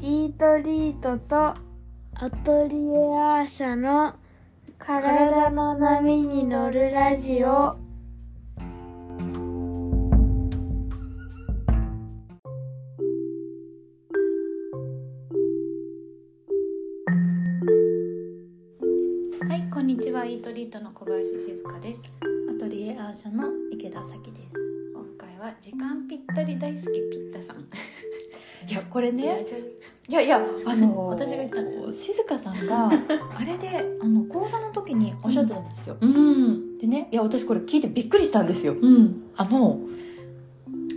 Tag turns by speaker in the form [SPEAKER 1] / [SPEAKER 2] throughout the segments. [SPEAKER 1] イートリートと
[SPEAKER 2] アトリエアーシャの
[SPEAKER 1] 体の波に乗るラジオ
[SPEAKER 3] はい、こんにちは。イートリートの小林静香です。
[SPEAKER 4] アトリエアーシャの池田咲です。
[SPEAKER 3] 今回は時間ぴったり大好きピッタさん。
[SPEAKER 4] いやこれ
[SPEAKER 3] 大
[SPEAKER 4] ね、
[SPEAKER 3] 丈夫
[SPEAKER 4] いやいやあの
[SPEAKER 3] 私が言ったんですよ
[SPEAKER 4] 静香さん があれであの講座の時におっしゃってたんですよ。
[SPEAKER 3] うん、
[SPEAKER 4] でね、いや私これ聞いてびっくりしたんですよ。
[SPEAKER 3] うん、
[SPEAKER 4] あの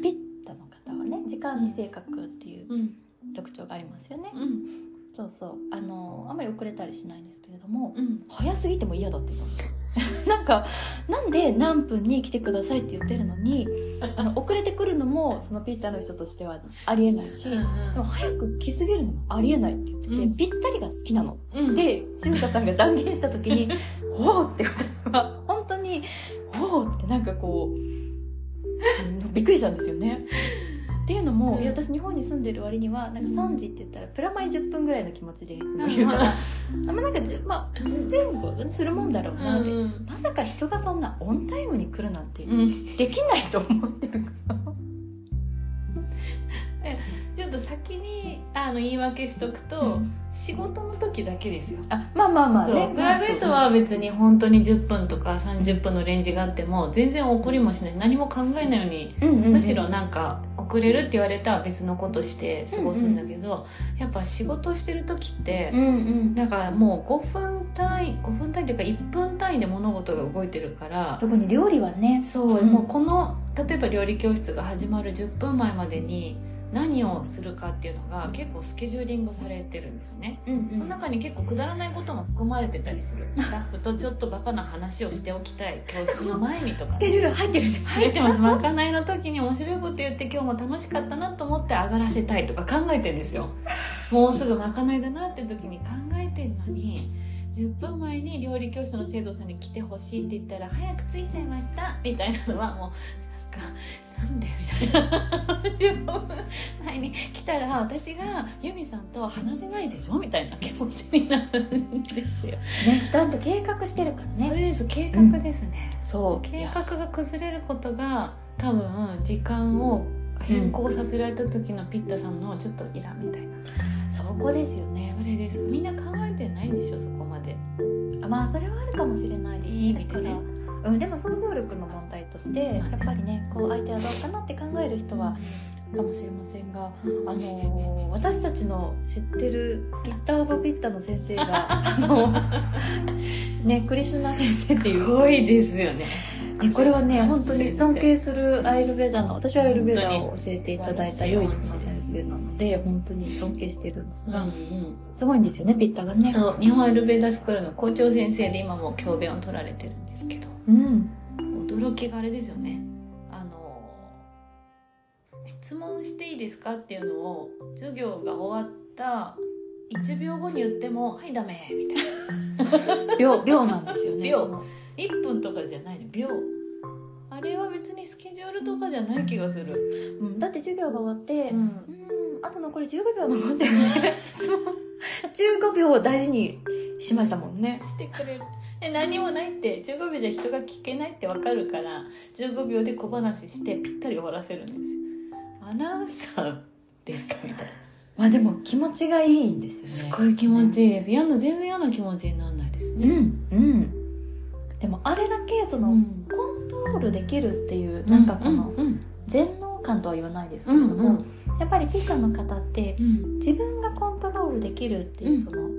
[SPEAKER 4] ピッタの方はね、時間に性格っていう
[SPEAKER 3] うん、
[SPEAKER 4] 特徴がありますよね。
[SPEAKER 3] うん、
[SPEAKER 4] そうそうあのあまり遅れたりしないんですけれども。
[SPEAKER 3] うん。
[SPEAKER 4] 早すぎても嫌だって 言ったんですよなんかなんで何分に来てくださいって言ってるのにあの遅れてくるのもそのピッタの人としてはありえないしでも早く来すぎるのもありえないって言ってて、
[SPEAKER 3] うん
[SPEAKER 4] ぴったりが好きなの
[SPEAKER 3] うん、
[SPEAKER 4] で静香さんが断言した時に 「おお!」って私は本当に「おお!」ってなんかこううんびっくりしたんですよね。っていうのも、
[SPEAKER 3] うん
[SPEAKER 4] いや私日本に住んでる割にはなんか3時って言ったらプラマイ10分ぐらいの気持ちでいつもいるから、 あんまなんかじゅまあ全部するもんだろうなって、
[SPEAKER 3] うん、
[SPEAKER 4] まさか人がそんなオンタイムに来るなんて
[SPEAKER 3] うん。
[SPEAKER 4] できないと思ってるか
[SPEAKER 3] ちょっと先にあの言い訳しとくと、仕事の時だけですよ。
[SPEAKER 4] らあまあまあまあ
[SPEAKER 3] そう
[SPEAKER 4] ね
[SPEAKER 3] プライベートは別に本当に10分とか30分のレンジがあっても全然怒りもしない何も考えないように
[SPEAKER 4] うんうんうん
[SPEAKER 3] むしろなんか遅れるって言われたら別のことして過ごすんだけど、やっぱ仕事してる時って
[SPEAKER 4] うんうん
[SPEAKER 3] なんかもう5分単位5分単位というか1分単位で物事が動いてるから
[SPEAKER 4] 特に料理はね
[SPEAKER 3] そう、
[SPEAKER 4] うん
[SPEAKER 3] もうこの例えば料理教室が始まる10分前までに何をするかっていうのが結構スケジューリングされてるんですよね。
[SPEAKER 4] うんうん
[SPEAKER 3] その中に結構くだらないことも含まれてたりするスタッフとちょっとバカな話をしておきたい教室の前にとか
[SPEAKER 4] スケジュール入ってるんですね
[SPEAKER 3] 入ってますまかないの時に面白いこと言って今日も楽しかったなと思って上がらせたいとか考えてんですよもうすぐまかないだなって時に考えてんのに10分前に料理教室の生徒さんに来てほしいって言ったら早く着いちゃいましたみたいなのはもうなんかなんでみたいな10分前に来たら私がユミさんと話せないでしょみたいな気持ちになるんですよ、
[SPEAKER 4] ねちゃんと計画してるから
[SPEAKER 3] そ
[SPEAKER 4] ね
[SPEAKER 3] れです計画ですね、
[SPEAKER 4] そうい
[SPEAKER 3] 計
[SPEAKER 4] や
[SPEAKER 3] 画が崩れることが多分時間を変更させられた時のピッタさんのちょっとイラみたいな、
[SPEAKER 4] そこですよね
[SPEAKER 3] それですみんな考えてないんでしょそこまで
[SPEAKER 4] あまあそれはあるかもしれないです
[SPEAKER 3] いい意
[SPEAKER 4] ね
[SPEAKER 3] 味
[SPEAKER 4] だ
[SPEAKER 3] で
[SPEAKER 4] から、
[SPEAKER 3] ね
[SPEAKER 4] うん、でも想像力の問題としてやっぱりねこう相手はどうかなって考える人はかもしれませんが、あのー私たちの知ってるピッタオブピッタの先生があ のねクリシュナ先生っていう
[SPEAKER 3] すごいですよね
[SPEAKER 4] ね、これはね本当に尊敬
[SPEAKER 3] す
[SPEAKER 4] するアイルベーダの私はアイルベーダを教えていただいた唯一の
[SPEAKER 3] 素晴
[SPEAKER 4] 先
[SPEAKER 3] らしい
[SPEAKER 4] 生なので本当に尊敬してるんです
[SPEAKER 3] る
[SPEAKER 4] が、
[SPEAKER 3] うん
[SPEAKER 4] すごいんですよねピッタが
[SPEAKER 3] うん、
[SPEAKER 4] ね。
[SPEAKER 3] そう日本エルベーダースクールの校長先生で今もう教鞭を取られてるんですけど
[SPEAKER 4] うん、
[SPEAKER 3] 驚きがあれですよねあの質問していいですかっていうのを授業が終わった1秒後に言っても「はいダメ」みたいな
[SPEAKER 4] 秒秒なんですよ ね。
[SPEAKER 3] 秒1分とかじゃないの秒あれは別にスケジュールとかじゃない気がする、
[SPEAKER 4] うん、だって授業が終わって、
[SPEAKER 3] ん、
[SPEAKER 4] うん、あと残り15秒残ってるね。15秒を大事にしましたもんね。
[SPEAKER 3] してくれるで何もないって15秒じゃ人が聞けないって分かるから15秒で小話してぴったり終わらせるんですよアナウンサーですかみたいな
[SPEAKER 4] まあでも気持ちがいいんですよね。
[SPEAKER 3] すごい気持ちいいです嫌な全然嫌な気持ちにならないです
[SPEAKER 4] う
[SPEAKER 3] ね、
[SPEAKER 4] ん、うん。でもあれだけその、
[SPEAKER 3] うん
[SPEAKER 4] コントロールできるっていう、なんかこの
[SPEAKER 3] うんうん
[SPEAKER 4] 全能感とは言わないですけれども、
[SPEAKER 3] うん
[SPEAKER 4] やっぱりピッカの方って
[SPEAKER 3] うん
[SPEAKER 4] 自分がコントロールできるっていううんその、なん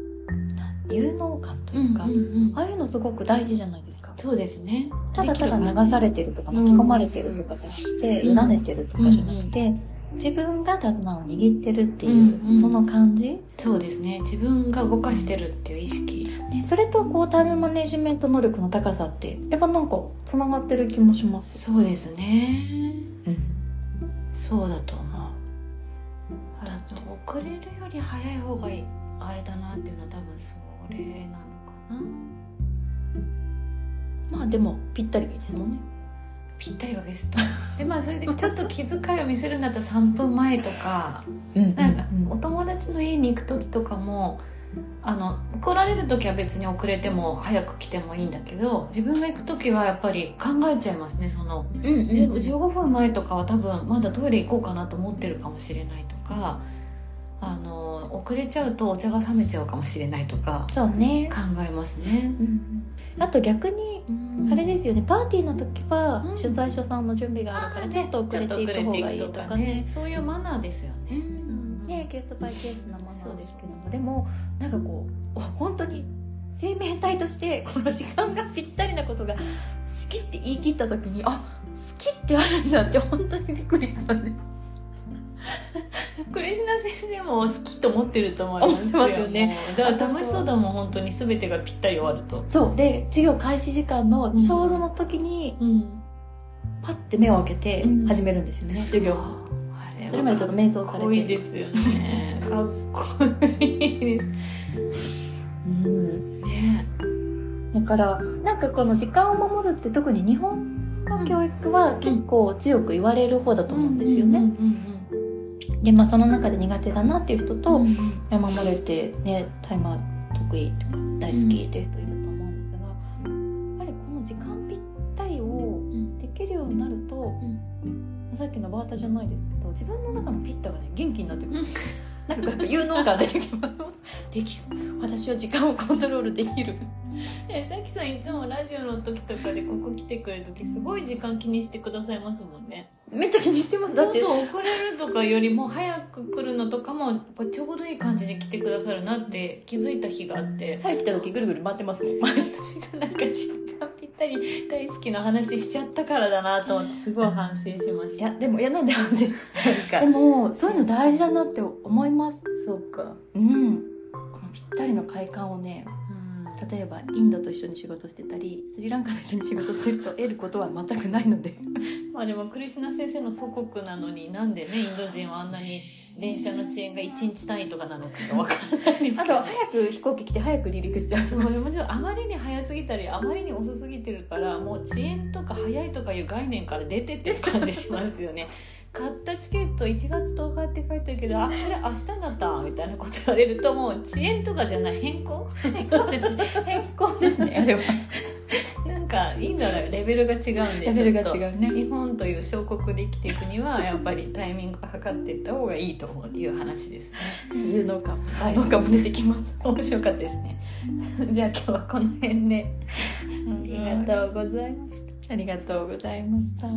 [SPEAKER 4] 有能感と
[SPEAKER 3] う
[SPEAKER 4] いうんか、
[SPEAKER 3] うん
[SPEAKER 4] ああいうのすごく大事じゃないですか。
[SPEAKER 3] そうですね
[SPEAKER 4] ただただ流されてるとか
[SPEAKER 3] うん
[SPEAKER 4] 巻き込まれてるとかじゃなくて、
[SPEAKER 3] うん
[SPEAKER 4] 委ねてるとかじゃなくて、自分が手綱を握ってるっていう、
[SPEAKER 3] うんうん
[SPEAKER 4] その感じ、
[SPEAKER 3] そうですね自分が動かしてるっていう意識
[SPEAKER 4] ね、それとこうタイムマネジメント能力の高さってやっぱなんかつながってる気もします、
[SPEAKER 3] そうですね
[SPEAKER 4] うん、
[SPEAKER 3] そうだと思うあと遅れるより早い方がいいあれだなっていうのは多分それなのかな
[SPEAKER 4] まあでもぴったりがいいですもんね
[SPEAKER 3] ぴったりがベストでまあそれでちょっと気遣いを見せるんだったら3分前とか
[SPEAKER 4] うんうん
[SPEAKER 3] なんかお友達の家に行く時とかもあの来られる時は別に遅れても早く来てもいいんだけど自分が行く時はやっぱり考えちゃいますねその
[SPEAKER 4] うん
[SPEAKER 3] で15分前とかは多分まだトイレ行こうかなと思ってるかもしれないとかあの遅れちゃうとお茶が冷めちゃうかもしれないとか
[SPEAKER 4] そうね
[SPEAKER 3] 考えますね。
[SPEAKER 4] うんあと逆にあれですよねパーティーの時は
[SPEAKER 3] うん
[SPEAKER 4] 主催者さんの準備があるからちょっと遅れていく方がいいとかね
[SPEAKER 3] そういうマナーですよね。
[SPEAKER 4] ねケースバイケースなものですけどもでもなんかこうお本当に生命体としてこの時間がぴったりなことが好きって言い切った時にあ好きってあるんだって本当にびっくりしたんで
[SPEAKER 3] クレジナ先生も好きと思ってると思いますよ
[SPEAKER 4] 思ってますよね
[SPEAKER 3] ね。だから楽しそうだもん本当に全てがぴったり終わると。
[SPEAKER 4] そうで授業開始時間のちょうどの時に
[SPEAKER 3] うん。
[SPEAKER 4] パッて目を開けて
[SPEAKER 3] うん
[SPEAKER 4] 始めるんですよね、授業を
[SPEAKER 3] あれは
[SPEAKER 4] それまでちょっと瞑想
[SPEAKER 3] か
[SPEAKER 4] さ
[SPEAKER 3] っ
[SPEAKER 4] れ
[SPEAKER 3] こいい
[SPEAKER 4] て
[SPEAKER 3] ですよ ね。かっこいいです
[SPEAKER 4] うん
[SPEAKER 3] ね。
[SPEAKER 4] だからなんかこの時間を守るって特に日本の教育は結構強く言われる方だと思うんですよね、
[SPEAKER 3] うんうんうんうん
[SPEAKER 4] でまあその中で苦手だなっていう人と、
[SPEAKER 3] うん
[SPEAKER 4] いや守れてねタイマー得意とか大好きっていう人いると思うんですが、やっぱりこの時間ぴったりを
[SPEAKER 3] ん
[SPEAKER 4] できるようになると、さっきのバータじゃないですけど自分の中のピッタがね元気になってくる、
[SPEAKER 3] うん
[SPEAKER 4] なんかやっぱ有能感出てきます できる私は時間をコントロールできる
[SPEAKER 3] えさきさんいつもラジオの時とかでここ来てくれる時すごい時間気にしてくださいますもんね
[SPEAKER 4] めっちゃ気にしてます
[SPEAKER 3] ち
[SPEAKER 4] だ
[SPEAKER 3] ょ
[SPEAKER 4] っ
[SPEAKER 3] ってと遅れるとかよりも早く来るのとかもこうちょうどいい感じで来てくださるなって気づいた日があって
[SPEAKER 4] 早く来た時ぐるぐる回ってますもん
[SPEAKER 3] 私がなんか時間ぴったり大好きな話しちゃったからだなと思ってすごい反省しました
[SPEAKER 4] でもいやなんでなんで
[SPEAKER 3] な
[SPEAKER 4] で
[SPEAKER 3] んか
[SPEAKER 4] もそういうの大事だなって思います
[SPEAKER 3] そうか
[SPEAKER 4] うんこのぴったりの快感をね例えばインドと一緒に仕事してたりスリランカと一緒に仕事してると得ることは全くないので
[SPEAKER 3] まあでもクリシナ先生の祖国なのになんでねインド人はあんなに電車の遅延が1日単位とかなのかが分からないんです
[SPEAKER 4] あ
[SPEAKER 3] けど
[SPEAKER 4] と早く飛行機来て早く離陸しちゃう
[SPEAKER 3] そうでもちろんあまりに早すぎたりあまりに遅すぎてるからもう遅延とか早いとかいう概念から出てって感じしますよね買ったチケット1月10日って書いてるけどあそれ明日になったみたいなこと言われるともう遅延とかじゃない変更 変更ですね変更
[SPEAKER 4] ですねあれは
[SPEAKER 3] なんかいいんだろうレベルが違うんで
[SPEAKER 4] レベルが
[SPEAKER 3] ちょっと
[SPEAKER 4] 違うね
[SPEAKER 3] 日本という小国で生きていくにはやっぱりタイミングを測っていった方がいいと思ういう話ですね
[SPEAKER 4] 有能感
[SPEAKER 3] はい
[SPEAKER 4] 能感も出てきます
[SPEAKER 3] 面白かったですね じゃあ今日はこの辺でありがとうございました
[SPEAKER 4] ありがとうございました